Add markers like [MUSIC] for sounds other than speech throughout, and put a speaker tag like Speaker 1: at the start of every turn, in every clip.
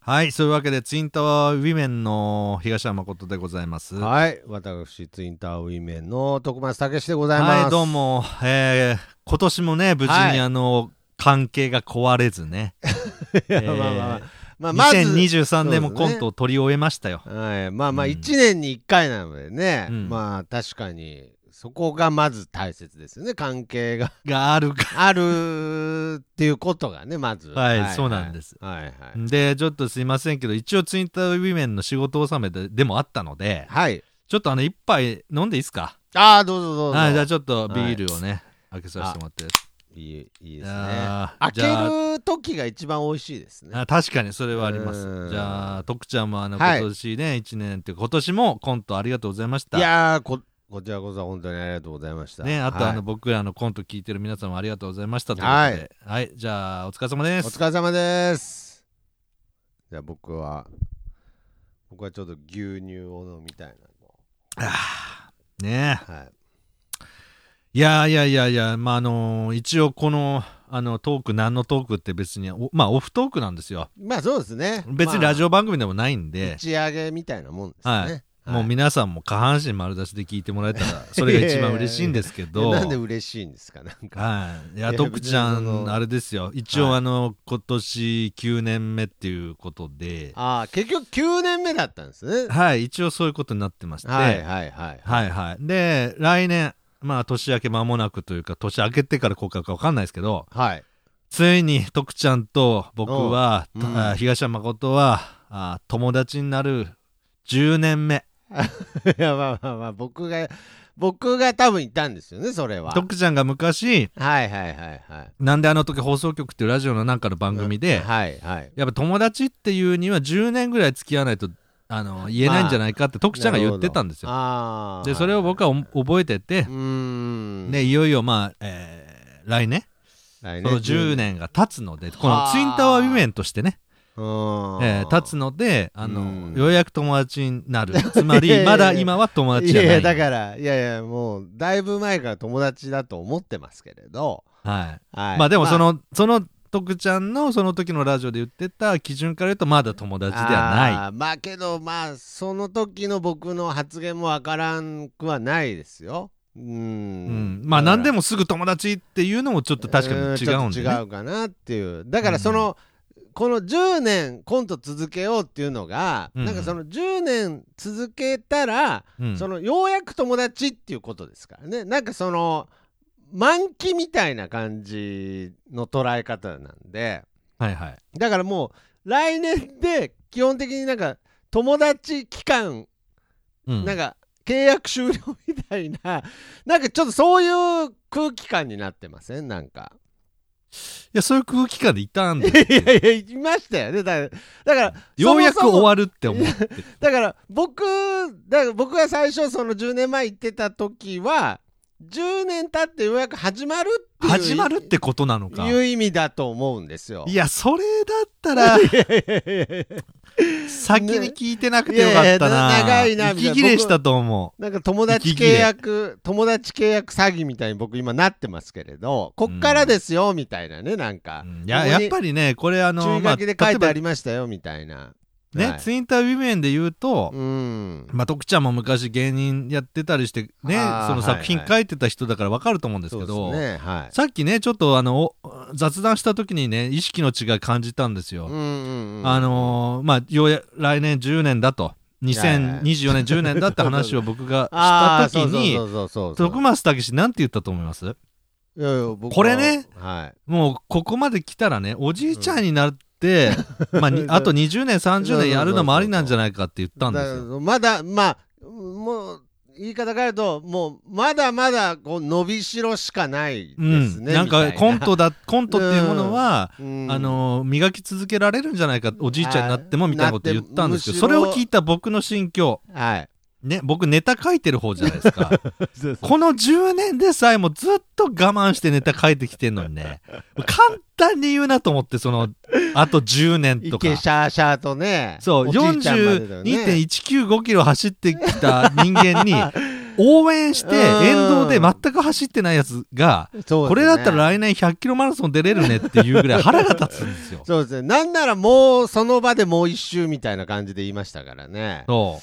Speaker 1: はい、そういうわけで、ツインタワーウィメンの東山誠でございます。は
Speaker 2: はい私ツインターウィメンの徳松武史でございます、
Speaker 1: い、どうも、えー今年もね、無事
Speaker 2: はい
Speaker 1: にあの、関係が壊れずね、
Speaker 2: [LAUGHS] い
Speaker 1: え
Speaker 2: や
Speaker 1: ー
Speaker 2: まあまあまあまず
Speaker 1: 2023年も
Speaker 2: そうです
Speaker 1: コ
Speaker 2: ね
Speaker 1: ントを取り終えましたよ。
Speaker 2: はい、まあまあ
Speaker 1: うん
Speaker 2: 1年に1回なのでね、
Speaker 1: うん
Speaker 2: まあ確かにそこがまず大切ですよね関係が
Speaker 1: があるか
Speaker 2: あるっていうことがねまず
Speaker 1: はいそうなんです
Speaker 2: はいはい
Speaker 1: ら。で、ちょっとすいませんけど、一応ツインタワーウィメンの仕事納めででもあったので、
Speaker 2: はい
Speaker 1: ちょっとあの、一杯飲んでいいですか
Speaker 2: ああどうぞどうぞ、
Speaker 1: はい、じゃあちょっとビールをね、開けさせてもらって。
Speaker 2: いいいいですね
Speaker 1: あー
Speaker 2: 開
Speaker 1: じゃあ
Speaker 2: ける時が一番美味しいですね
Speaker 1: あ確かにそれはありま
Speaker 2: う
Speaker 1: す
Speaker 2: ん
Speaker 1: じゃあ徳ちゃんもあの
Speaker 2: は
Speaker 1: 今
Speaker 2: い
Speaker 1: 年ね、一年っていうか今年もコントありがとうございました
Speaker 2: いやーここちらこそ本当にありがとうございました
Speaker 1: ね、あと
Speaker 2: はい
Speaker 1: あの、僕らのコント聞いてる皆さんもありがとうございましたということではい、じゃあお疲れ様で
Speaker 2: お
Speaker 1: す
Speaker 2: 疲れ様ですじゃあ僕は僕はちょっと牛乳を飲みたいな
Speaker 1: ね
Speaker 2: はい
Speaker 1: いやいやいやいやまああのー一応このあのトーク何のトークって別におまあオフトークなんですよ
Speaker 2: まあそうですね。
Speaker 1: 別にラジ
Speaker 2: オ
Speaker 1: オ番組でもないん
Speaker 2: で打
Speaker 1: で、
Speaker 2: ち上げみたいなもんですね。
Speaker 1: はいもう皆さんも下半身丸出しで聞いてもらえたらそれが一番嬉しいんですけど
Speaker 2: えなんで嬉 [LAUGHS] しいんですかなんか。
Speaker 1: はい、い
Speaker 2: い
Speaker 1: や
Speaker 2: や
Speaker 1: 徳ちゃ
Speaker 2: 別にそ
Speaker 1: ん
Speaker 2: の
Speaker 1: あれですよ一応
Speaker 2: はい
Speaker 1: あの、今年9年目っていうことで
Speaker 2: ああ結局9年目だったんですね。
Speaker 1: はい一応そういうことになってましては
Speaker 2: はい
Speaker 1: い
Speaker 2: はいはい。
Speaker 1: はい、で来年まあ年明け間もなくというか年明けてから公開か分かんないですけど
Speaker 2: はい。 [LAUGHS]
Speaker 1: ついに徳ちゃんと僕は、
Speaker 2: おううん
Speaker 1: あ東山誠はあ友達になる10年目
Speaker 2: いやまあまあまあ僕が僕が多分いたんですよねそれは。はい
Speaker 1: 徳ちゃんが昔
Speaker 2: はいはいはい。
Speaker 1: なんであの時放送局っていうラジオのなんかの番組で、
Speaker 2: はいはい。
Speaker 1: やっぱ友達っていうには10年ぐらい付き合わないとあの言えないんじゃないかって徳ちゃんが言ってたんですよ。
Speaker 2: ああ。
Speaker 1: でそれを僕はお覚えてて
Speaker 2: う、ーん。
Speaker 1: でいよいよまあ、えー来年
Speaker 2: 来
Speaker 1: そ
Speaker 2: 年
Speaker 1: の10。年が経つのでこのツインタワーウィメンとしてね、
Speaker 2: うーん。
Speaker 1: えー経つのであ
Speaker 2: う
Speaker 1: の
Speaker 2: ん
Speaker 1: ようやく友達になるつま
Speaker 2: [LAUGHS] いや
Speaker 1: り
Speaker 2: いやいや
Speaker 1: まだ今は友達
Speaker 2: い
Speaker 1: じゃ
Speaker 2: やい
Speaker 1: な
Speaker 2: や
Speaker 1: い
Speaker 2: だからいやいやもうだいぶ前から友達だと思ってますけれど。
Speaker 1: はい
Speaker 2: はい。
Speaker 1: まあでもその、その徳ちゃんのその時のラジオで言ってた基準から言うとまだ友達では
Speaker 2: あーまあけどまあその時の僕の発言もわからんくはないですよ。うーん,、
Speaker 1: ない、うん、まあ何で
Speaker 2: も
Speaker 1: もすぐ友達っていうのもちょっと確かに違うんで、ね、
Speaker 2: 違うかなっていうだからその、この10年コント続けようっていうのが、
Speaker 1: うん
Speaker 2: なんかその10年続けたら、
Speaker 1: うん
Speaker 2: そのようやく友達っていうことですからねなんかその満期みたいな感じの捉え方なんで。
Speaker 1: はいはい。
Speaker 2: だからもう来年で基本的になんか友達期間
Speaker 1: うん
Speaker 2: なんか契約終了みたいな [LAUGHS] なんかちょっとそういう空気感になってませんなんか [LAUGHS]
Speaker 1: いや、そういう空気感でいたんで
Speaker 2: い、やいやいましたよねだからだから
Speaker 1: ようやく
Speaker 2: そもそも
Speaker 1: 終わるって思う。
Speaker 2: だから僕だから僕が最初その10年前行ってた時は10年経ってようやく始まるっていう
Speaker 1: 始まるってことなのか。
Speaker 2: いう意味だと思うんですよ
Speaker 1: いや、それだったら、先に聞いてなくてよかったな。
Speaker 2: ね長いなみたいな
Speaker 1: 息切れしたと思
Speaker 2: なんか友達
Speaker 1: 息切れ
Speaker 2: 契約友達契約詐欺みたいに僕今なってますけれどこっからですよみたいなねなんか、
Speaker 1: う。うんいや、やっぱ
Speaker 2: り
Speaker 1: りね、これあの、
Speaker 2: 注意書きで書いてあり
Speaker 1: ま
Speaker 2: ましたよみたいな
Speaker 1: あ例えば
Speaker 2: は
Speaker 1: ね、
Speaker 2: い
Speaker 1: ツインターウィメンで言うと
Speaker 2: う、ん
Speaker 1: まあ、徳ちゃんも昔芸人やってたりして、ね
Speaker 2: あ、ー
Speaker 1: その作品
Speaker 2: はいは
Speaker 1: 書いてた人だからわかると思うんです
Speaker 2: そう
Speaker 1: け
Speaker 2: です
Speaker 1: ど、
Speaker 2: ねはい
Speaker 1: さっきね、ちょっとあの、お雑談した時にね、意識の違い感じたんですよ。
Speaker 2: うんうんうん
Speaker 1: あのーまあようや来年10年だと2024年10年だって話を僕が
Speaker 2: [LAUGHS] あー
Speaker 1: した時に
Speaker 2: そうそうそうそうそう
Speaker 1: 徳松武史なんて言ったと思います
Speaker 2: いやいや僕は
Speaker 1: これね
Speaker 2: はい
Speaker 1: もうここまで来たらねおじいちゃんになって、
Speaker 2: [LAUGHS]
Speaker 1: まあ、にあと20年30年やるのもありなんじゃないかって言ったんですよ。
Speaker 2: だまだまあもう言い方変えるともうまだまだこう伸びしろしかないで
Speaker 1: う
Speaker 2: す
Speaker 1: ん、
Speaker 2: ね、
Speaker 1: なんか
Speaker 2: みたい
Speaker 1: コント
Speaker 2: [LAUGHS]
Speaker 1: だコントっていうものは、
Speaker 2: うん
Speaker 1: あのー磨き続けられるんじゃないかおじいちゃんになってもみたいなこと言ったんですけど
Speaker 2: なっ
Speaker 1: そ
Speaker 2: て
Speaker 1: れ
Speaker 2: むしろ
Speaker 1: を聞いた僕の心境、
Speaker 2: はい
Speaker 1: ね、僕ネタ書いてる方じゃないですか。この10年でさえもずっと我慢してネタ書いてきてんのにね簡単に言うなと思ってそのあと10年と
Speaker 2: イ
Speaker 1: か
Speaker 2: ケシャーシャーとね
Speaker 1: そう
Speaker 2: おじいちゃんまでだよね [LAUGHS]
Speaker 1: 42.195キロ走ってきた人間に応援して
Speaker 2: うん
Speaker 1: 沿道で全く走ってないやつが、
Speaker 2: そうですね
Speaker 1: これだったら来年100キロマラソン出れるねっていうぐらい腹が立つんですよ
Speaker 2: [LAUGHS] 。そうですねなんならもうその場でもう一周みたいな感じで言いましたからね
Speaker 1: そう。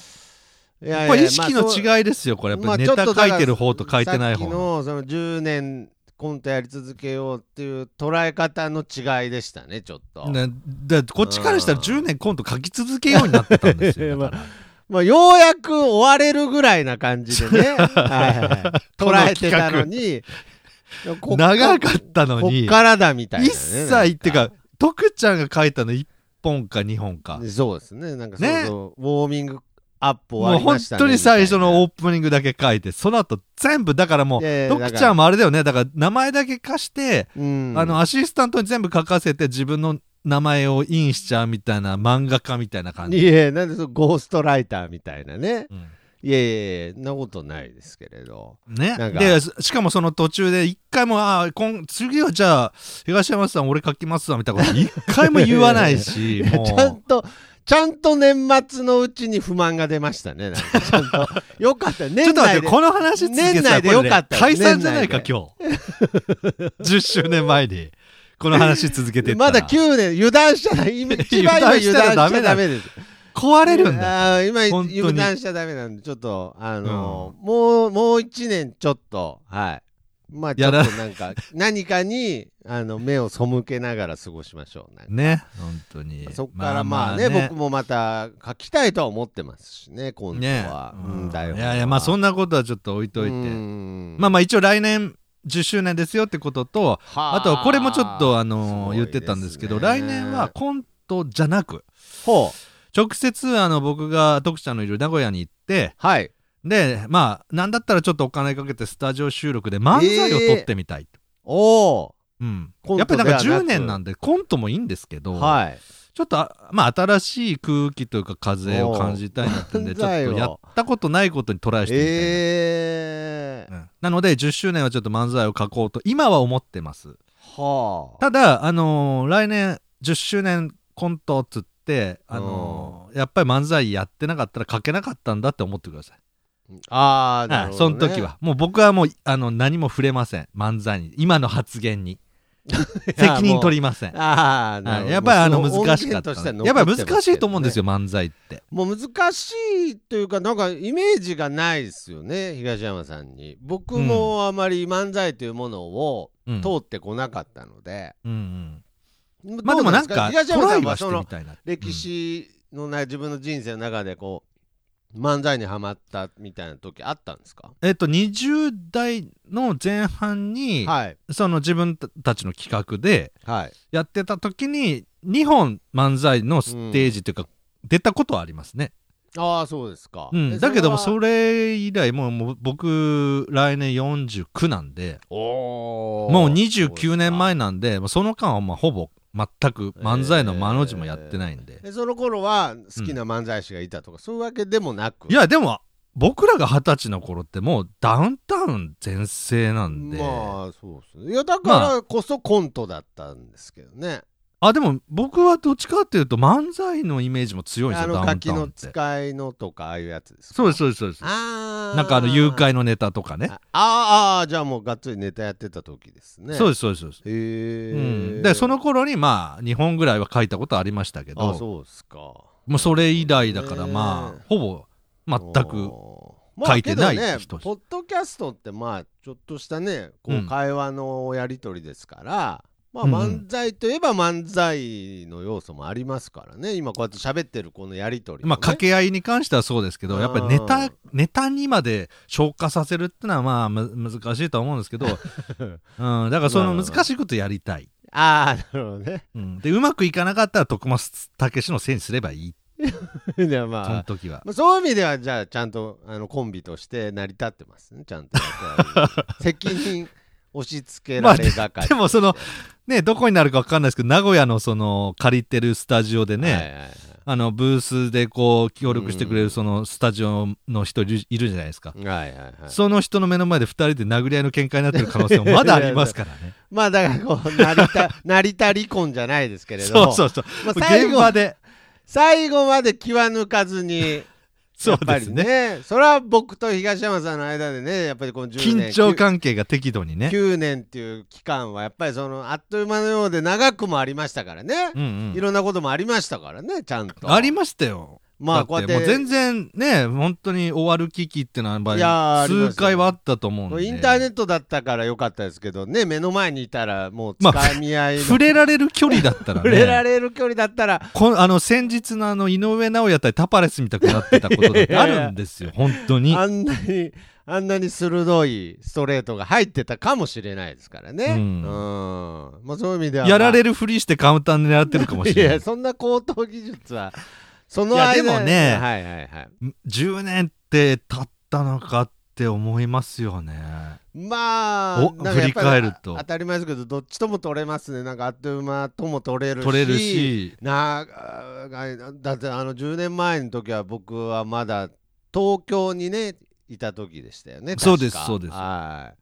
Speaker 2: いやいや
Speaker 1: やっぱり意識
Speaker 2: まあそう
Speaker 1: の違いですよ、これ。やっ
Speaker 2: ま
Speaker 1: ぱ
Speaker 2: あ
Speaker 1: り
Speaker 2: ち
Speaker 1: ネ
Speaker 2: ょっ
Speaker 1: タ
Speaker 2: とだか
Speaker 1: 書
Speaker 2: ら
Speaker 1: いてる方と書いてない
Speaker 2: さっ
Speaker 1: 方
Speaker 2: き
Speaker 1: の。
Speaker 2: のその10年コントやり続けようっていう捉え方の違いでしたねちょっと、
Speaker 1: ね、だこっちからしたら10年コント書き続けようになってたんですよ。
Speaker 2: [LAUGHS] まあ
Speaker 1: だから
Speaker 2: まあ、ようやく終われるぐらいな感じでね
Speaker 1: [LAUGHS]
Speaker 2: はいはい、はい、捉えてたのにこっら
Speaker 1: 長かったのに、
Speaker 2: こっからだみたいな、ね、
Speaker 1: 一切ってか、徳ちゃんが書いたの1本か2本か。
Speaker 2: そうですねなんかそう
Speaker 1: ね
Speaker 2: そうウォーミングアップ終
Speaker 1: も
Speaker 2: わ
Speaker 1: う
Speaker 2: りま
Speaker 1: 本
Speaker 2: した、ね、
Speaker 1: 当に最初の
Speaker 2: み
Speaker 1: オープニングだけ書いて、その後全部、だからもう
Speaker 2: いやい、や
Speaker 1: 徳ちゃんもあれだよね、だから名前だけ貸して、
Speaker 2: たいなうん、
Speaker 1: あの、アシスタントに全部書かせて、自分の名前をインしちゃうみたいな漫画家みたいな感
Speaker 2: い
Speaker 1: じ。
Speaker 2: えいえなんでそのゴーストライターみたいなね
Speaker 1: うん
Speaker 2: いやいやいやそんなことないですけれど
Speaker 1: ね
Speaker 2: なん、か
Speaker 1: でししかもその途中で一回も「ああ今次はじゃあ東山さん俺書きますわ」みたいなこと一回も言わないしも
Speaker 2: ちゃん
Speaker 1: う
Speaker 2: とちゃんと年末のうちに不満が出ましたねなんかちゃんとよかった
Speaker 1: ちょ
Speaker 2: 年
Speaker 1: っと待
Speaker 2: 内
Speaker 1: って
Speaker 2: で
Speaker 1: この話続け
Speaker 2: 年
Speaker 1: てさ
Speaker 2: 内
Speaker 1: こ
Speaker 2: で
Speaker 1: れ
Speaker 2: よ
Speaker 1: ね
Speaker 2: かった
Speaker 1: 解散じゃないか
Speaker 2: 年
Speaker 1: 今日 [LAUGHS] 10周年前にこの話続けてった
Speaker 2: ま
Speaker 1: ら
Speaker 2: だ9年油断し
Speaker 1: [LAUGHS]
Speaker 2: たら今一番今油断しちゃダメです
Speaker 1: 壊れるんだ
Speaker 2: あー今
Speaker 1: 本当に
Speaker 2: 油断しちゃダメなんでちょっとあのーもうもう一年ちょっとはいまあちょっ
Speaker 1: や
Speaker 2: と
Speaker 1: ら
Speaker 2: なんか何かにあの目を背けながら過ごしましょうなんか
Speaker 1: ね本当に
Speaker 2: そっからまあね僕もまた書きたいとは思ってますしね今度
Speaker 1: ね
Speaker 2: は、
Speaker 1: う
Speaker 2: うんん台本
Speaker 1: いやいやまあそ
Speaker 2: ん
Speaker 1: んなことはちょっと置いといてま
Speaker 2: ま
Speaker 1: あまあ一応来年10周年ですよってことと
Speaker 2: あ
Speaker 1: あとはこれもちょっとあの
Speaker 2: す
Speaker 1: 言
Speaker 2: ごい
Speaker 1: ってたんですけど
Speaker 2: ですね
Speaker 1: 来年はコントじゃなく
Speaker 2: ほう
Speaker 1: 直接あの僕が徳ちゃんのいる名古屋に行って
Speaker 2: はい
Speaker 1: でまあなんだったらちょっとお金かけてスタジオ収録で漫才を撮ってみたい、
Speaker 2: おお
Speaker 1: うん、
Speaker 2: コン
Speaker 1: や
Speaker 2: ト
Speaker 1: っぱりなんか
Speaker 2: では
Speaker 1: 10
Speaker 2: なく
Speaker 1: 年なんでコントもいいんですけど、
Speaker 2: はい
Speaker 1: ちょっとあまあ新しい空気というか風を感じたいなってんで
Speaker 2: おう
Speaker 1: ちょっとやったことないことにトライしてみたいな、
Speaker 2: ええ
Speaker 1: うんなので10周年はちょっと漫才を書こうと今は思ってます
Speaker 2: はあ
Speaker 1: ただ、あのー来年10周年コントっつって、あのーやっぱり漫才やってなかったら書けなかったんだって思ってください、
Speaker 2: ああな
Speaker 1: は
Speaker 2: る
Speaker 1: い
Speaker 2: ほ
Speaker 1: そ
Speaker 2: ど、
Speaker 1: の
Speaker 2: ね、
Speaker 1: 時はもう僕はもうあの何も触れません漫才に今の発言
Speaker 2: [LAUGHS]
Speaker 1: に責任取りません
Speaker 2: ああ、な
Speaker 1: はい、
Speaker 2: るほど
Speaker 1: やっぱりあの難しかっ
Speaker 2: もうその音源として
Speaker 1: た
Speaker 2: は残
Speaker 1: やっぱり難しいと思うんです
Speaker 2: よ。
Speaker 1: よ漫才って
Speaker 2: もう難しいというか、なんかイメージがないですよね、東山さんに。僕もあまり漫才というものを
Speaker 1: うん
Speaker 2: 通ってこなかったので。
Speaker 1: うんうん
Speaker 2: どう
Speaker 1: まあでもなん
Speaker 2: す
Speaker 1: か
Speaker 2: 東
Speaker 1: ト
Speaker 2: 山
Speaker 1: ラ
Speaker 2: さ
Speaker 1: イ
Speaker 2: ん
Speaker 1: は
Speaker 2: は
Speaker 1: し
Speaker 2: そ
Speaker 1: てみ
Speaker 2: の
Speaker 1: たいな
Speaker 2: 歴史のな自分の人生の中でこう漫才にはまったみたいな時あったんですか
Speaker 1: うんえっと20代の前半に、
Speaker 2: はい
Speaker 1: その自分たちの企画で、
Speaker 2: はい。
Speaker 1: やってた時に2本漫才のステージというか、出たことはありますね、
Speaker 2: ああ、そうですか。
Speaker 1: うん、
Speaker 2: え
Speaker 1: だけどもそ
Speaker 2: れ
Speaker 1: れ以来もうもう僕来年49なんで
Speaker 2: はおー
Speaker 1: もう29年前なんでもうその間はまあほぼ全く漫才の間の字もやってないんで、
Speaker 2: えその頃は好きな漫才師がいたとか、そういうわけでもなく
Speaker 1: いやでも僕らが二十歳の頃ってもうダウンタウン全盛なんで、
Speaker 2: まあそうですねいやだからこそコントだったんですけどね、
Speaker 1: あでも僕はどっちかっていうと漫才のイメージも強いんで
Speaker 2: あ
Speaker 1: すよ
Speaker 2: の
Speaker 1: ダウンタ
Speaker 2: 柿
Speaker 1: ウンっ
Speaker 2: の
Speaker 1: て
Speaker 2: 使いのとかああいうやつですか
Speaker 1: そうですそうですそうです
Speaker 2: あー
Speaker 1: なんかあの誘拐のネタとかね
Speaker 2: ああーあーじゃあもうがっつりネタやってた時ですね
Speaker 1: そう
Speaker 2: で
Speaker 1: ですそうですそうです
Speaker 2: すへえ、
Speaker 1: うん、でその頃にまあ2本ぐらいは書いたことありましたけど
Speaker 2: あそうですか
Speaker 1: もうそれ以来だから
Speaker 2: ね
Speaker 1: まあほぼ全く
Speaker 2: まあ
Speaker 1: 書いてない
Speaker 2: けど
Speaker 1: 人
Speaker 2: ね、ポッドキャストってまあちょっとしたねこ
Speaker 1: うん
Speaker 2: う会話のやり取りですから、
Speaker 1: うんう
Speaker 2: まあ
Speaker 1: ん
Speaker 2: 漫才といえば漫才の要素もありますからね今こうやって喋ってるこのやり取りも、ね、
Speaker 1: まあ掛け合いに関してはそうですけどやっぱりネ
Speaker 2: う
Speaker 1: タ
Speaker 2: ん
Speaker 1: ネタにまで消化させるってのはまあむ難しいとは思うんですけ
Speaker 2: [LAUGHS]
Speaker 1: ど、うん、だからその難しいことやりたい、
Speaker 2: ああなるほどね [LAUGHS]
Speaker 1: うん、でうまくいかなかったら徳松たけしのせいにすればいい
Speaker 2: じゃあ
Speaker 1: その
Speaker 2: まあ
Speaker 1: 時は
Speaker 2: まあ、そういう意味ではじゃあちゃんとあのコンビとして成り立ってますねちゃんと責任押し付けられがかり、
Speaker 1: でもそのねどこになるか分かんないですけど名古屋のその借りてるスタジオでね、
Speaker 2: はいはいはい
Speaker 1: あのブースでこう協力してくれるそのスタジオの人いるいるじゃないですか、
Speaker 2: はいはいはい
Speaker 1: その人の目の前で2人で殴り合いの喧嘩になってる可能性もまだありますから
Speaker 2: [LAUGHS]
Speaker 1: ね
Speaker 2: まあだからこう成田
Speaker 1: [LAUGHS]
Speaker 2: 成田離婚じゃないですけれ
Speaker 1: そ
Speaker 2: ど
Speaker 1: うそうそう、
Speaker 2: まあ、最
Speaker 1: 現
Speaker 2: 後
Speaker 1: 場で
Speaker 2: 最後まで気は抜かずに
Speaker 1: [LAUGHS] そうですね。
Speaker 2: やっぱりねそれは僕と東山さんの間でねやっぱりこの10年
Speaker 1: 緊張関係が適度にね。
Speaker 2: 9年っていう期間はやっぱりそのあっという間のようで長くもありましたからね、
Speaker 1: うんうん。
Speaker 2: いろんなこともありましたからねちゃんと
Speaker 1: ありましたよ。
Speaker 2: まあ
Speaker 1: だ
Speaker 2: こう
Speaker 1: っ
Speaker 2: やってて
Speaker 1: もう全然ね、本当に終わる危機ってのはやっぱり
Speaker 2: いやーあります
Speaker 1: 数回はあったと思うん
Speaker 2: こ
Speaker 1: で。
Speaker 2: れインターネットだったから良かったですけどね目の前にいたらもうつ
Speaker 1: まあ
Speaker 2: かみ合いの、
Speaker 1: 触れられる距離だったらね。
Speaker 2: 触れられる距離だったら
Speaker 1: このあの先日のあの井上尚弥対タパレスみたくなってたことだってあるんですよ、本当に。
Speaker 2: あんなにあんなに鋭いストレートが入ってたかもしれないですからね。う
Speaker 1: うんん。
Speaker 2: まあそういう意味では、
Speaker 1: やられ
Speaker 2: る
Speaker 1: るふりしてカウンター狙ってるかもしれ
Speaker 2: い
Speaker 1: な
Speaker 2: や
Speaker 1: い。
Speaker 2: そんな高等技術はその
Speaker 1: い
Speaker 2: 間
Speaker 1: やでもね
Speaker 2: はいはいはい。
Speaker 1: 10年って経ったのかって思いますよね。
Speaker 2: まあ
Speaker 1: お
Speaker 2: なんかやっぱり
Speaker 1: 振り返ると
Speaker 2: 当たり前ですけどどっちとも取れますねなんかあっという間とも取れるし
Speaker 1: 取れるし、
Speaker 2: なあだってあの10年前の時は僕はまだ東京にねいた時でしたよね確か
Speaker 1: そうですそうです
Speaker 2: は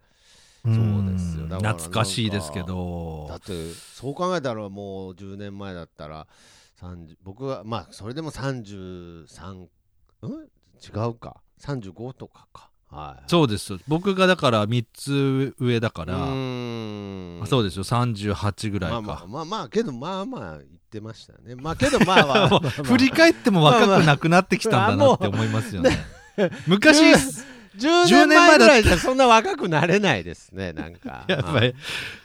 Speaker 2: い
Speaker 1: ん
Speaker 2: そうですよだからなんか
Speaker 1: 懐かしいですけど
Speaker 2: だってそう考えたらもう10年前だったら30僕はまあそれでも33ん違うか35とかかはい
Speaker 1: そうですよ僕がだから3つ上だか
Speaker 2: う
Speaker 1: ら、
Speaker 2: ーん
Speaker 1: そうですよ38ぐらい
Speaker 2: ま
Speaker 1: か、
Speaker 2: あまあまあまあけどまあまあ言ってましたねまあけどまあ
Speaker 1: [LAUGHS]
Speaker 2: まあまあまあ
Speaker 1: 振り返っても若くなくなってきたんだなって思いますよね昔
Speaker 2: まあ10 [LAUGHS]
Speaker 1: 10
Speaker 2: 年
Speaker 1: 年
Speaker 2: 前
Speaker 1: 前
Speaker 2: ぐ
Speaker 1: だ
Speaker 2: らいじゃそんな若くなれないですねなんか
Speaker 1: [LAUGHS] やっぱり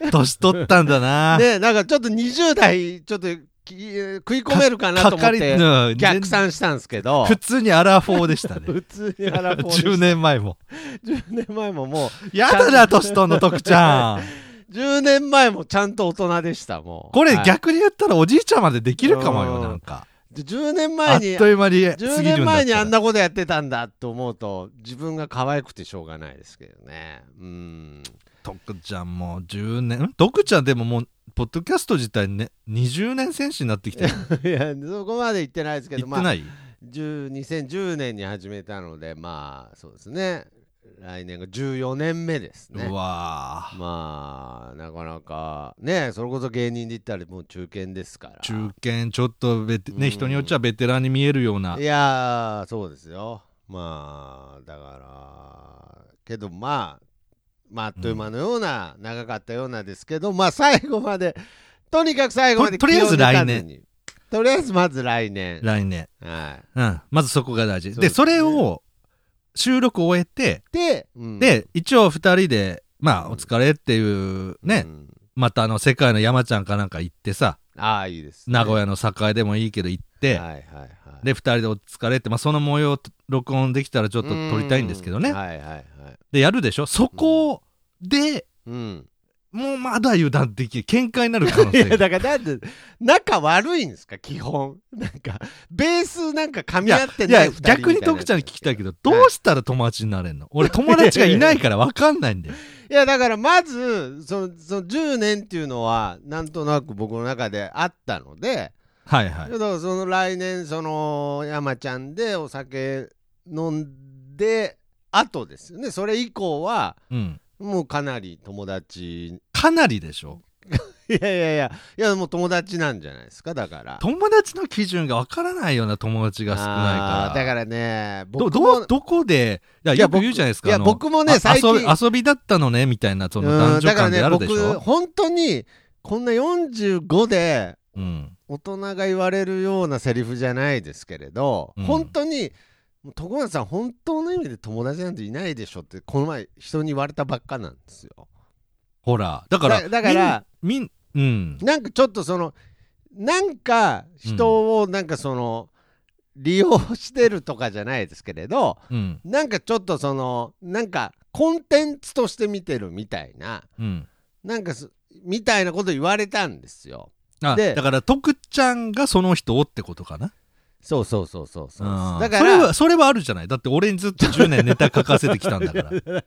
Speaker 1: 年取ったんだな、
Speaker 2: [LAUGHS] ねなんかちょっと20代ちょっとき食い込めるかなと思って
Speaker 1: うん
Speaker 2: 逆算したんですけど
Speaker 1: 普通にアラフォーでしたね
Speaker 2: 普通 [LAUGHS] にアラフォーでした
Speaker 1: 10年前も
Speaker 2: 10年前もも
Speaker 1: やだな年取んの徳ちゃん
Speaker 2: う10年前もちゃんと大人でしたもう
Speaker 1: これ
Speaker 2: はい
Speaker 1: 逆に言ったらおじいちゃんまでできるかも
Speaker 2: う
Speaker 1: よ
Speaker 2: ん
Speaker 1: なんか
Speaker 2: で10年
Speaker 1: あ
Speaker 2: 前
Speaker 1: っ
Speaker 2: に
Speaker 1: という間に過ぎるんだっ
Speaker 2: 10
Speaker 1: たら
Speaker 2: 年前にあんなことやってたんだと思うと自分が可愛くてしょうがないですけどねうん [LAUGHS]
Speaker 1: 徳ちゃんもう10年ん徳ちゃんでももうポッドキャスト自体ね20年選手になってきてる
Speaker 2: いやそこまで言って [LAUGHS] ないですけ
Speaker 1: 言
Speaker 2: ど
Speaker 1: って
Speaker 2: ま
Speaker 1: な
Speaker 2: あ
Speaker 1: い、
Speaker 2: 10 2010年に始めたのでまあそうですね来年が14年目ですね
Speaker 1: うわー
Speaker 2: まあなかなかねそれこそ芸人で言ったらもう中堅ですから
Speaker 1: 中堅ちょっとベテ、
Speaker 2: うん
Speaker 1: ね、人によっちゃベテランに見えるようない
Speaker 2: やーそうですよまあだからけどまあまああっという間のような、長かったようなですけどまあ最後までとにかく最後まで
Speaker 1: ととりあえず来年
Speaker 2: 気を抜かずにとりあえずまず来年
Speaker 1: 来年、
Speaker 2: はい
Speaker 1: うん、まずそこが大事
Speaker 2: そう
Speaker 1: で
Speaker 2: ですね
Speaker 1: それを収録終えて
Speaker 2: で、うん
Speaker 1: で一応2人でまあ
Speaker 2: うん
Speaker 1: お疲れっていうね、
Speaker 2: うん
Speaker 1: またあの世界の山ちゃんかなんか行ってさ
Speaker 2: ああいいです、
Speaker 1: 名古屋の栄でもいいけど行って、
Speaker 2: はいはいはい
Speaker 1: で2人でお疲れって、まあ、その模様を録音できたらちょっと撮りたいんですけどね、
Speaker 2: うんはいはいはい
Speaker 1: でやるでしょそこで、 [LAUGHS]
Speaker 2: うん
Speaker 1: もうまだ油断できる喧嘩になる可能
Speaker 2: い
Speaker 1: 性
Speaker 2: や
Speaker 1: が
Speaker 2: だからなんで仲悪いんですか基本なんかベースなんか噛み合って
Speaker 1: い
Speaker 2: ない
Speaker 1: や
Speaker 2: 二人みたいな
Speaker 1: 逆に徳ちゃんに聞きたいけどどうしたら友達になれ
Speaker 2: [LAUGHS]
Speaker 1: んの、俺友達がいないから分かんないんだよ
Speaker 2: いやだからまずそのその10年っていうのはなんとなく僕の中であったので、
Speaker 1: はいはい
Speaker 2: けどその来年その山ちゃんでお酒飲んで後ですよねそれ以降は
Speaker 1: うん
Speaker 2: もうかなり友達
Speaker 1: かなりでしょ
Speaker 2: いやいやいやいやもう友達なんじゃないですかだから
Speaker 1: 友達の基準が分からないような友達が少ない
Speaker 2: あー
Speaker 1: から
Speaker 2: だからね
Speaker 1: ど
Speaker 2: 僕
Speaker 1: ど
Speaker 2: も
Speaker 1: うどこでいや
Speaker 2: いや
Speaker 1: よく言うじゃないですか
Speaker 2: いや
Speaker 1: あの
Speaker 2: 僕もね
Speaker 1: あ
Speaker 2: 最近
Speaker 1: 遊び遊びだったのねみたいなその
Speaker 2: う
Speaker 1: 男
Speaker 2: んだ
Speaker 1: 女
Speaker 2: から
Speaker 1: 間で
Speaker 2: ね
Speaker 1: あるでし
Speaker 2: 僕
Speaker 1: ょ、
Speaker 2: 本当にこんな45で
Speaker 1: うん、
Speaker 2: 大人が言われるようなセリフじゃないですけれど、
Speaker 1: うん
Speaker 2: 本当にもう徳松さん本当の意味で友達なんていないでしょってこの前人に言われたばっかなんですよ
Speaker 1: ほらだから
Speaker 2: だだから
Speaker 1: みんみんうん
Speaker 2: なんかちょっとそのなんか人をなんかその、利用してるとかじゃないですけれど
Speaker 1: うん
Speaker 2: なんかちょっとそのなんかコンテンツとして見てるみたいな
Speaker 1: うん
Speaker 2: なんかすみたいなこと言われたんですよ
Speaker 1: あ
Speaker 2: で
Speaker 1: だから徳ちゃんがその人をってことかな
Speaker 2: そうそうそうそうそう
Speaker 1: うん
Speaker 2: だから
Speaker 1: それはそれはあるじゃないだって俺にずっと10年ネタ書かせてきたんだ
Speaker 2: [LAUGHS]
Speaker 1: から
Speaker 2: い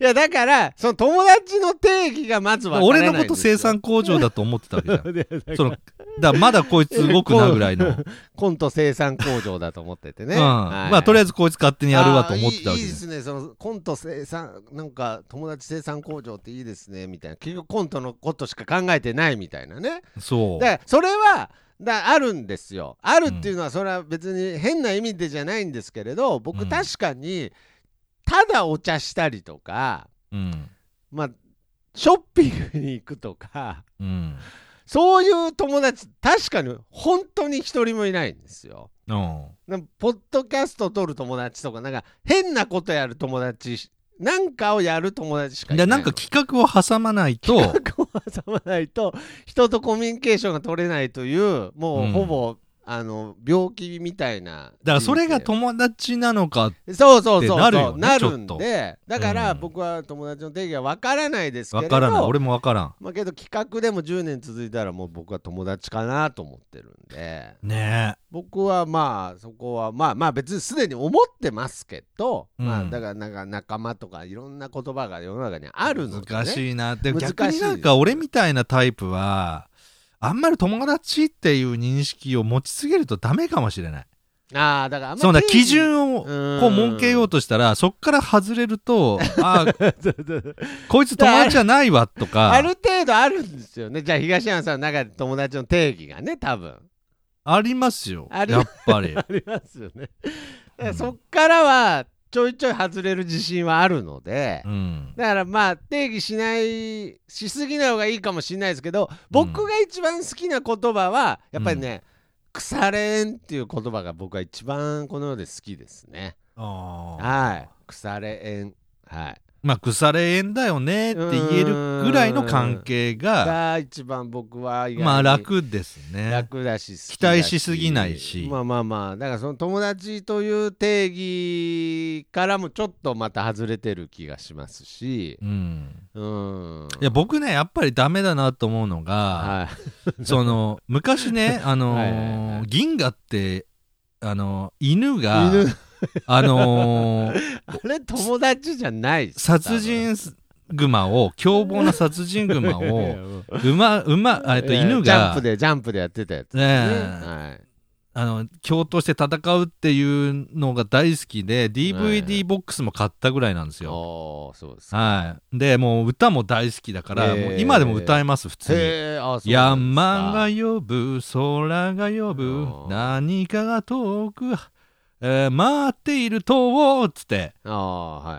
Speaker 2: やだからその友達の定義がまずわからない
Speaker 1: 俺の
Speaker 2: んですよ
Speaker 1: こと生産工場だと思ってたわけ
Speaker 2: [LAUGHS]
Speaker 1: じゃ
Speaker 2: いやだから
Speaker 1: んそのだからまだこいつ動くなぐらい
Speaker 2: [LAUGHS]
Speaker 1: の、
Speaker 2: コント生産工場だと思っててね、
Speaker 1: うん
Speaker 2: はい
Speaker 1: まあとりあえずこいつ勝手にやるわと思ってた
Speaker 2: あ
Speaker 1: わ
Speaker 2: ーい
Speaker 1: け
Speaker 2: いい
Speaker 1: じ
Speaker 2: いですねそのコント生産なんか友達生産工場っていいですねみたいな結局コントのことしか考えてないみたいなね
Speaker 1: ゃんそう
Speaker 2: だからそれはだあるんですよあるっていうのはそれは別に変な意味でじゃないんですけれど
Speaker 1: う
Speaker 2: 僕
Speaker 1: ん
Speaker 2: 確かにただお茶したりとか、
Speaker 1: うん
Speaker 2: まあ、ショッピングに行くとか
Speaker 1: うん
Speaker 2: そういう友達確かに本当に一人もいないんですよ。
Speaker 1: うん
Speaker 2: なんかポッドキャスト撮る友達とかなんか変なことやる友達しなんかをやる友達しかいな
Speaker 1: で
Speaker 2: い
Speaker 1: なんか企画を挟まない
Speaker 2: [LAUGHS]
Speaker 1: と
Speaker 2: こう挟まないと人とコミュニケーションが取れないというも
Speaker 1: う
Speaker 2: うんほぼ、あの病気みたいな
Speaker 1: だからそれが
Speaker 2: 人
Speaker 1: 友達なのか
Speaker 2: 生そうそうそう
Speaker 1: ってなる
Speaker 2: そ
Speaker 1: よ
Speaker 2: う
Speaker 1: ね
Speaker 2: なる
Speaker 1: ちょ
Speaker 2: ん
Speaker 1: っと
Speaker 2: でだから
Speaker 1: うん
Speaker 2: 僕は友達の定義は分からないですけ
Speaker 1: わ
Speaker 2: れど
Speaker 1: からない俺もわからん
Speaker 2: まあけど企画でも10年続いたらもう僕は友達かなと思ってるんで
Speaker 1: ね
Speaker 2: 僕はまあそこはまあまあ別にすでに思ってますけど、
Speaker 1: うん
Speaker 2: まあだからなんか仲間とかいろんな言葉が世の中にあ
Speaker 1: え
Speaker 2: るので、ね、
Speaker 1: 難しいなで
Speaker 2: 難しい
Speaker 1: 逆になんか俺みたいなタイプはあんまり友達っていう認識を持ちすぎるとダメかもしれない
Speaker 2: ああだからあんまり
Speaker 1: そうだ
Speaker 2: 定義
Speaker 1: 基準をこ
Speaker 2: こ
Speaker 1: う設けよう
Speaker 2: と
Speaker 1: としたらそっから外れるとあーこいつ友達じゃないわとか
Speaker 2: [LAUGHS] ある程度あるんですよねじゃあ東山さんの中で友達の定義がね多分
Speaker 1: ありますよ
Speaker 2: あり
Speaker 1: やっぱ
Speaker 2: [LAUGHS]
Speaker 1: り
Speaker 2: ありますよね、
Speaker 1: う
Speaker 2: だから
Speaker 1: ん
Speaker 2: そっからはちょいちょい外れる自信はあるので、
Speaker 1: うん
Speaker 2: だからまあ定義しないしすぎない方がいいかもしれないですけど僕が一番好きな言葉はやっぱりね、腐れ縁っていう言葉が僕は一番この世で好きですね。
Speaker 1: あー
Speaker 2: はい、腐れ縁、はい、
Speaker 1: まあ腐れ縁だよねって言えるぐらいの関係が
Speaker 2: が一番僕は意外に
Speaker 1: まあ楽ですね
Speaker 2: 楽だし好きだし
Speaker 1: 期待しすぎないし
Speaker 2: まあまあまあだからその友達という定義からもちょっとまた外れてる気がしますし
Speaker 1: うん
Speaker 2: うん
Speaker 1: いや僕ねやっぱりダメだなと思うのが、
Speaker 2: は
Speaker 1: その昔ねあのー
Speaker 2: [LAUGHS] はいはいはい
Speaker 1: 銀河ってあのー犬
Speaker 2: い
Speaker 1: が
Speaker 2: [LAUGHS] 犬
Speaker 1: あのー
Speaker 2: [LAUGHS] あれ友達じゃないっす
Speaker 1: 殺人熊を凶暴な殺人
Speaker 2: 多
Speaker 1: 熊
Speaker 2: 分 [LAUGHS] いやい
Speaker 1: を
Speaker 2: やもう
Speaker 1: 馬馬 [LAUGHS] あえっと
Speaker 2: いやいや
Speaker 1: 犬
Speaker 2: ジャン
Speaker 1: が
Speaker 2: プでジャンプでやってたやつ、ね
Speaker 1: ねえ
Speaker 2: は
Speaker 1: あの共闘して戦うっていうのが大好きで
Speaker 2: はいはい
Speaker 1: DVD ボックスも買ったぐらいなんです
Speaker 2: い、
Speaker 1: よ。
Speaker 2: おーそうですか
Speaker 1: はい、でもう歌も大好きだから、
Speaker 2: えー
Speaker 1: もう今でも歌えます普通に。
Speaker 2: へえあそうなんですか
Speaker 1: 山が呼ぶ空が呼ぶ
Speaker 2: うん
Speaker 1: 何かが遠く、えー待っている塔をつって
Speaker 2: あ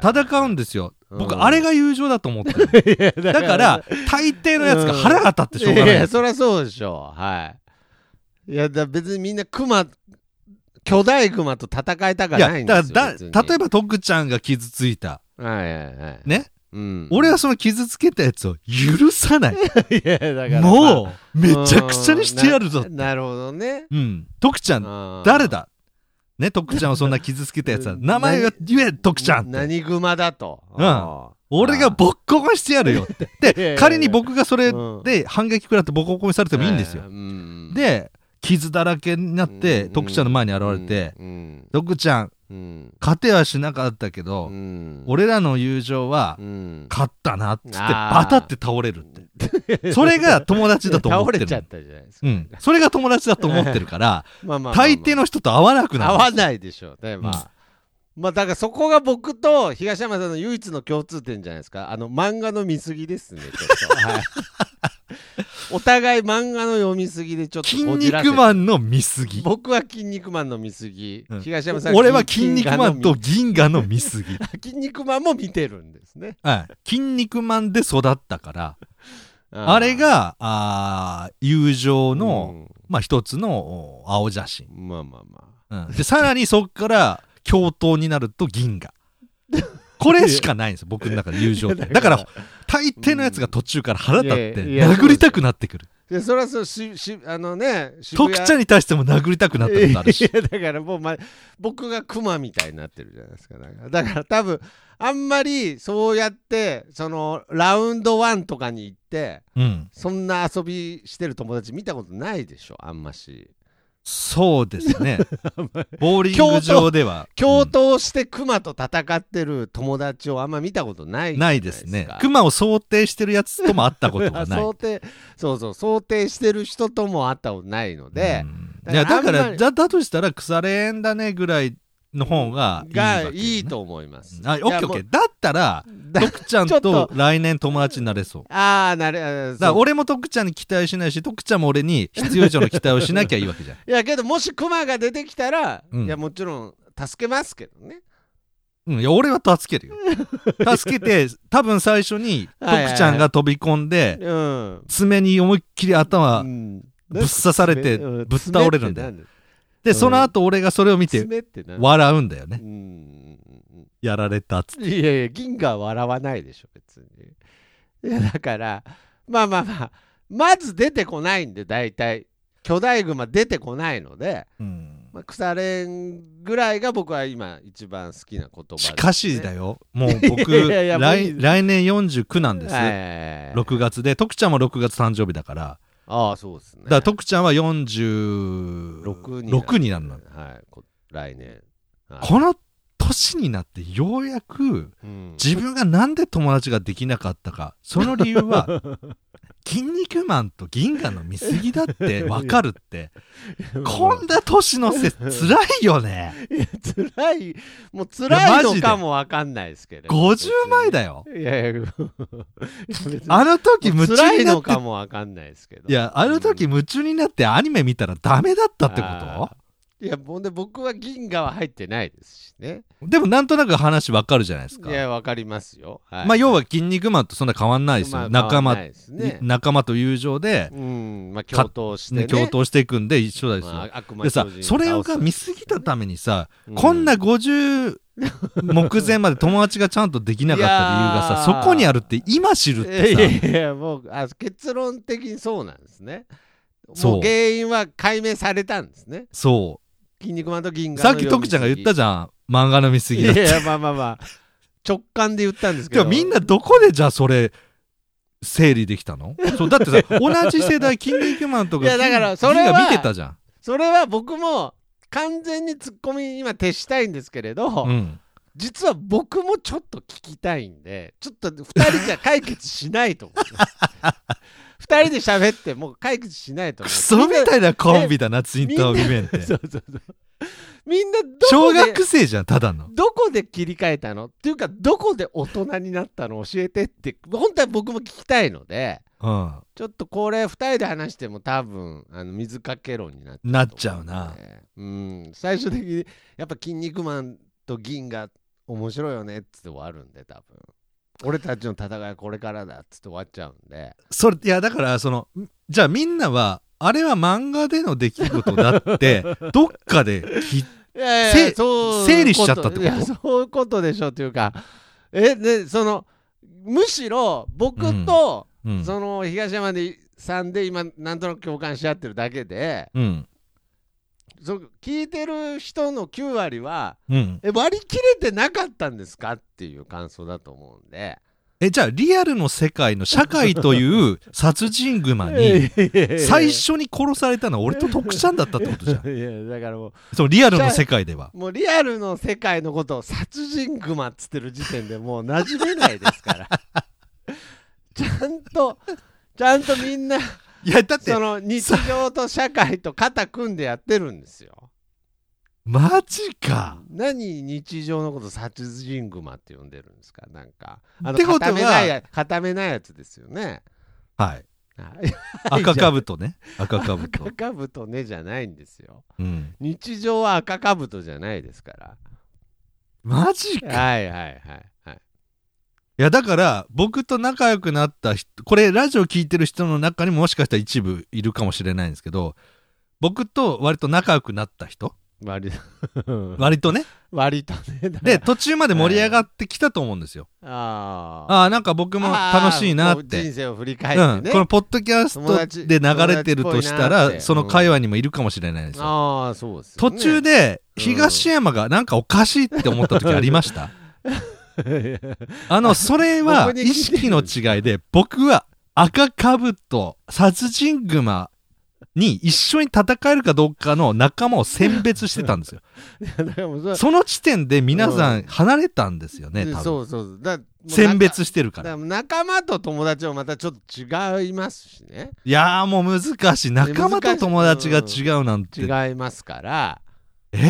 Speaker 2: ー、はい、
Speaker 1: 戦うんですよ僕、
Speaker 2: うん
Speaker 1: あれが友情だと思ってる
Speaker 2: [LAUGHS] いやだ
Speaker 1: だから大抵のやつが腹が立ってしょうが
Speaker 2: いやい
Speaker 1: ない
Speaker 2: やそりゃそうでしょはいいやだ別にみんなクマ巨大クマと戦いたくはないんですよ
Speaker 1: だから
Speaker 2: 別に
Speaker 1: だ例えば徳ちゃんが傷ついた
Speaker 2: はいはいはい
Speaker 1: ね、
Speaker 2: うん、
Speaker 1: 俺はその傷つけたやつを許さない
Speaker 2: いやだから
Speaker 1: も
Speaker 2: う
Speaker 1: うめちゃくちゃにしてやるぞ
Speaker 2: ななるほどね
Speaker 1: うん徳ちゃん誰
Speaker 2: 誰
Speaker 1: だね徳ちゃんをそんな傷つけたやつは名前を言え徳ちゃんって
Speaker 2: 何グマだと
Speaker 1: うん俺がボッコボコにしてやるよって。
Speaker 2: [LAUGHS] いやいやい
Speaker 1: で、
Speaker 2: や
Speaker 1: 仮に僕がそれ
Speaker 2: うん
Speaker 1: で反撃食らってボコボコにされてもいいんですよ。
Speaker 2: で
Speaker 1: で、傷だらけになって、徳ちゃんの前に現れて、
Speaker 2: うん
Speaker 1: 徳ちゃん、
Speaker 2: うん
Speaker 1: 勝てはしなかったけ
Speaker 2: う
Speaker 1: ど、
Speaker 2: ん
Speaker 1: 俺らの友情は
Speaker 2: うん
Speaker 1: 勝ったなっつって、
Speaker 2: あー
Speaker 1: バタって倒れるって。それが友達だと思っ
Speaker 2: 倒
Speaker 1: て
Speaker 2: れちゃっ
Speaker 1: る。
Speaker 2: たじゃないですか
Speaker 1: うん、それが友達だと思ってるから、
Speaker 2: [LAUGHS] まあまあまあまあ
Speaker 1: 大抵の人と会わなくな
Speaker 2: 合
Speaker 1: る。
Speaker 2: わないでしょうねまあ、まあだからそこが僕と東山さんの唯一の共通点じゃないですかあの漫画の見過ぎですねちょっと、
Speaker 1: [LAUGHS]
Speaker 2: はい、お互い漫画の読み過ぎでちょっと
Speaker 1: 筋
Speaker 2: こじらせ
Speaker 1: 肉マンの見過ぎ。
Speaker 2: 僕は「筋肉マン」の見過ぎ、
Speaker 1: うん
Speaker 2: 東山さん
Speaker 1: 俺は筋肉マンと
Speaker 2: 「
Speaker 1: 銀河の見過ぎ。
Speaker 2: 筋肉マン」も見てるんですね
Speaker 1: はい筋肉マンで育ったから、
Speaker 2: あ
Speaker 1: あれが、あー友情
Speaker 2: こ
Speaker 1: の、、まあ一つのお青写真。
Speaker 2: うんまあまあま
Speaker 1: うんで、さらにそっから、共闘になると銀河。これしかないんですよ、僕の中で友情って。
Speaker 2: [LAUGHS] いや
Speaker 1: だ
Speaker 2: だ
Speaker 1: か
Speaker 2: から
Speaker 1: ら、大抵のやつが途中から腹立っ
Speaker 2: い
Speaker 1: て、
Speaker 2: やいや
Speaker 1: 殴りたくなってくる。
Speaker 2: あでそれはそうししあのね渋
Speaker 1: 徳
Speaker 2: 谷
Speaker 1: ちゃんに対しても殴りたくなったことあるし
Speaker 2: い。やだからもう、ま、僕がクマみたいになってるじゃないですかだからだから多分あんまりそうやってそのラウンドワンとかに行って
Speaker 1: うん。
Speaker 2: そんな遊びしてる友達見たことないでしょあんまし
Speaker 1: そうです
Speaker 2: [LAUGHS]
Speaker 1: ね。ボーリング場では。
Speaker 2: 共闘してクマと戦ってる友達をあんま見たことない
Speaker 1: うん
Speaker 2: じゃ
Speaker 1: ないい
Speaker 2: で
Speaker 1: ですす
Speaker 2: か
Speaker 1: ね。熊を想定してるやつとも会ったことがない。
Speaker 2: [LAUGHS] 想定そうそう想定してる人とも会ったことないので、
Speaker 1: うん
Speaker 2: だから
Speaker 1: いやだか
Speaker 2: あんま
Speaker 1: ら
Speaker 2: り
Speaker 1: だだとしたら腐れ縁だねぐらいの方がいいわけ
Speaker 2: が
Speaker 1: ね、
Speaker 2: いいと思います。
Speaker 1: あオッケーオッケーだったら
Speaker 2: だ
Speaker 1: 徳ちゃん
Speaker 2: ちょっ
Speaker 1: と
Speaker 2: と
Speaker 1: 来年友達になれそう
Speaker 2: [LAUGHS] ああ、なる、あー
Speaker 1: だから
Speaker 2: そう
Speaker 1: 俺も徳ちゃんに期待しないし徳ちゃんも俺に必要以上の期待をしなきゃいいわ
Speaker 2: [LAUGHS]
Speaker 1: けじゃん
Speaker 2: いや、けど、もしクマが出てきたら、
Speaker 1: うん
Speaker 2: いや、もちろん、助けますけどね。
Speaker 1: うんいや俺は助
Speaker 2: [LAUGHS]
Speaker 1: けるよ助けて多分最初に徳ちゃんが飛び込んで
Speaker 2: うん。
Speaker 1: 爪に思いっきり
Speaker 2: う
Speaker 1: 頭
Speaker 2: ん
Speaker 1: ぶっ刺されて
Speaker 2: うん
Speaker 1: ぶっ倒れるんだよ
Speaker 2: 爪って
Speaker 1: でその後俺がそれを見
Speaker 2: 何
Speaker 1: て
Speaker 2: 爪ってなん
Speaker 1: 笑うんだよ
Speaker 2: う
Speaker 1: ね
Speaker 2: んうん
Speaker 1: やられたっつって
Speaker 2: いやいや、銀河は笑わないでしょ、別に。いや、だから、まあまあまあ、まず出てこないんで、大体。巨大グマ出てこないので、
Speaker 1: うん
Speaker 2: まあ、腐れんぐらいが僕は今一番好きな言葉です、ね。
Speaker 1: しかしだ
Speaker 2: よ。
Speaker 1: よもう僕
Speaker 2: [LAUGHS] いやいやいやもういい
Speaker 1: 来来年49なんです
Speaker 2: はい
Speaker 1: 6月で徳ちゃんも6月誕生日だから
Speaker 2: ああ、そうですね。
Speaker 1: だから徳ちゃんは46
Speaker 2: 6
Speaker 1: に
Speaker 2: に
Speaker 1: になるの
Speaker 2: はい、こ来年。はい
Speaker 1: この年になってようやく
Speaker 2: うん
Speaker 1: 自分がなんで友達ができなかったかその理由は
Speaker 2: [LAUGHS]
Speaker 1: 「筋肉マン」と「銀河の見過ぎ」だ
Speaker 2: [LAUGHS]
Speaker 1: ってわかるってこんな年のせつらいよ
Speaker 2: [LAUGHS]
Speaker 1: ね
Speaker 2: いや辛い、 [LAUGHS] もう辛い
Speaker 1: いやマジ
Speaker 2: の
Speaker 1: で
Speaker 2: かもわかんないですけど。
Speaker 1: 50前だよ
Speaker 2: いやいや、いや別に
Speaker 1: あの時
Speaker 2: もう
Speaker 1: 夢中
Speaker 2: 辛
Speaker 1: に
Speaker 2: い
Speaker 1: なっ
Speaker 2: の
Speaker 1: て
Speaker 2: かもわかんないですけど。
Speaker 1: いやあの時
Speaker 2: うん
Speaker 1: 夢中になってアニメ見たらダメだったってこ
Speaker 2: あーいや、ほんで僕は銀河は入ってないですしね。
Speaker 1: とでもなんとなく話わかるじゃないですか
Speaker 2: いや、わかりますよ。はい
Speaker 1: まあ要は「筋肉マン」とそんな変わんないです
Speaker 2: ま
Speaker 1: よ
Speaker 2: あ
Speaker 1: 仲
Speaker 2: 変わん
Speaker 1: 間
Speaker 2: ないですね。
Speaker 1: 仲間と友情で
Speaker 2: うん、まあ共闘してね。
Speaker 1: ね共闘していくんで一緒ですよ、
Speaker 2: まあ悪魔
Speaker 1: でさ
Speaker 2: 巨人を
Speaker 1: それ
Speaker 2: 倒
Speaker 1: が
Speaker 2: す
Speaker 1: 見過ぎたためにさ、
Speaker 2: う
Speaker 1: こんな50目前まで友達がちゃんとできなかった理由が
Speaker 2: い
Speaker 1: さ
Speaker 2: やー
Speaker 1: そこにあるって今知るっ
Speaker 2: いやいや
Speaker 1: て
Speaker 2: いやもうあ結論的にそうなんですね。
Speaker 1: そ
Speaker 2: も
Speaker 1: う
Speaker 2: う原因は解明されたんですね。
Speaker 1: さそ
Speaker 2: 筋肉マンと銀
Speaker 1: う
Speaker 2: 河
Speaker 1: さ
Speaker 2: の
Speaker 1: っき徳ちゃんが言った
Speaker 2: じ
Speaker 1: じゃん漫画の見過ぎだっ
Speaker 2: い
Speaker 1: て
Speaker 2: やいやまあまあまあ直感で言ったんですけ
Speaker 1: で
Speaker 2: ど。
Speaker 1: もみんなどこでじゃあそれ整理できたのそうだって
Speaker 2: [LAUGHS]
Speaker 1: さ同じ世代「筋肉マン」とか
Speaker 2: いやだからそれは
Speaker 1: 銀河見てたじゃん、
Speaker 2: それは僕も完全にツッコミに今徹したいんですけれど、
Speaker 1: うん、
Speaker 2: 実は僕もちょっと聞きたいんでちょっと2人じゃ解決しないと思い
Speaker 1: [LAUGHS]
Speaker 2: ます。2人で喋ってもう解決しないと思
Speaker 1: ク
Speaker 2: う
Speaker 1: ソみたいなコンビだなツイッターを見めんって
Speaker 2: そうそうそうみんなど
Speaker 1: 小
Speaker 2: こで
Speaker 1: 学生じゃんただの
Speaker 2: どこで切り替えたのっていうかどこで大人になったの教えてって本当は僕も聞きたいので
Speaker 1: うん
Speaker 2: ちょっとこれ2人で話しても多分あの水かけ論になっちゃう
Speaker 1: なっちゃうな
Speaker 2: うん最終的にやっぱ「筋肉マン」と「銀河」面白いよねっつって終わるんで多分俺たちの戦いはこれからだっつって終わっちゃうんで
Speaker 1: それいやだからそのじゃあみんなはあれは漫画での出来事だってどっかでき
Speaker 2: いや
Speaker 1: せ
Speaker 2: そう
Speaker 1: 整理しちゃったってこと
Speaker 2: いやそういうことでしょっていうかえねそのむしろ僕と、
Speaker 1: うん
Speaker 2: その東山でさんで今なんとなく共感し合ってるだけで
Speaker 1: うん
Speaker 2: その聞いてる人の9割は
Speaker 1: うん
Speaker 2: え割り切れてなかったんですかっていう感想だと思うんで
Speaker 1: えじゃあリアルの世界の社会という殺人熊に最初に殺されたのは俺と徳ちゃんだったってことじゃん
Speaker 2: いやだからも
Speaker 1: そのリアルの世界
Speaker 2: [LAUGHS]
Speaker 1: では
Speaker 2: うもうリアルの世界のことを殺人グマっつってる時点でもう馴染めないですから
Speaker 1: [LAUGHS]
Speaker 2: ちゃんとちゃんとみんない
Speaker 1: やだって
Speaker 2: その日常と社会と肩組んでやってるんですよ
Speaker 1: マジか
Speaker 2: 何日常のこと殺人グマって呼んでるんですかなんかあの
Speaker 1: ってことは
Speaker 2: 固めないや固めないやつですよね
Speaker 1: はい
Speaker 2: はい
Speaker 1: [LAUGHS] 赤かぶとね赤かぶと
Speaker 2: 赤、かぶとねじゃないんですよ
Speaker 1: うん、
Speaker 2: 日常は赤かぶとじゃないですから
Speaker 1: マジか
Speaker 2: はいはいはいはい
Speaker 1: いやだから僕と仲良くなった人これラジオ聞いてる人の中にももしかしたら一部いるかもしれないんですけど僕と割と仲良くなった人
Speaker 2: 割
Speaker 1: [LAUGHS] 割と
Speaker 2: [LAUGHS]
Speaker 1: ね
Speaker 2: 割とねだから
Speaker 1: で途中まで盛り上がってきたと思うんですよ、
Speaker 2: あー
Speaker 1: ああなんか僕も楽しいなっ
Speaker 2: あーこう
Speaker 1: て
Speaker 2: 人生を振り返
Speaker 1: う
Speaker 2: っ
Speaker 1: ん、
Speaker 2: てね、
Speaker 1: このポッドキャストで流れてるとした
Speaker 2: 友達友達っぽいなっ
Speaker 1: ら
Speaker 2: て
Speaker 1: その会話にもいるかもしれないですよ、
Speaker 2: ああそうです
Speaker 1: 途
Speaker 2: よね [LAUGHS]
Speaker 1: 中で東山がなんかおかしいって思った時ありました、あのそれは
Speaker 2: [LAUGHS] 僕に聞いてる
Speaker 1: 意識の違いで僕は赤かぶと殺人熊に一緒に戦えるかどうかの仲間を選別してたんですよ
Speaker 2: だからもうそれ
Speaker 1: その時点で皆さん離れたんですよね
Speaker 2: で
Speaker 1: 多
Speaker 2: そ
Speaker 1: 分
Speaker 2: うそうそうだもう
Speaker 1: 選別してるか
Speaker 2: だからら仲間と友達はまたちょっと違いますしね
Speaker 1: いやーもう難しい仲間と友達が違うなんて
Speaker 2: 違いますから
Speaker 1: え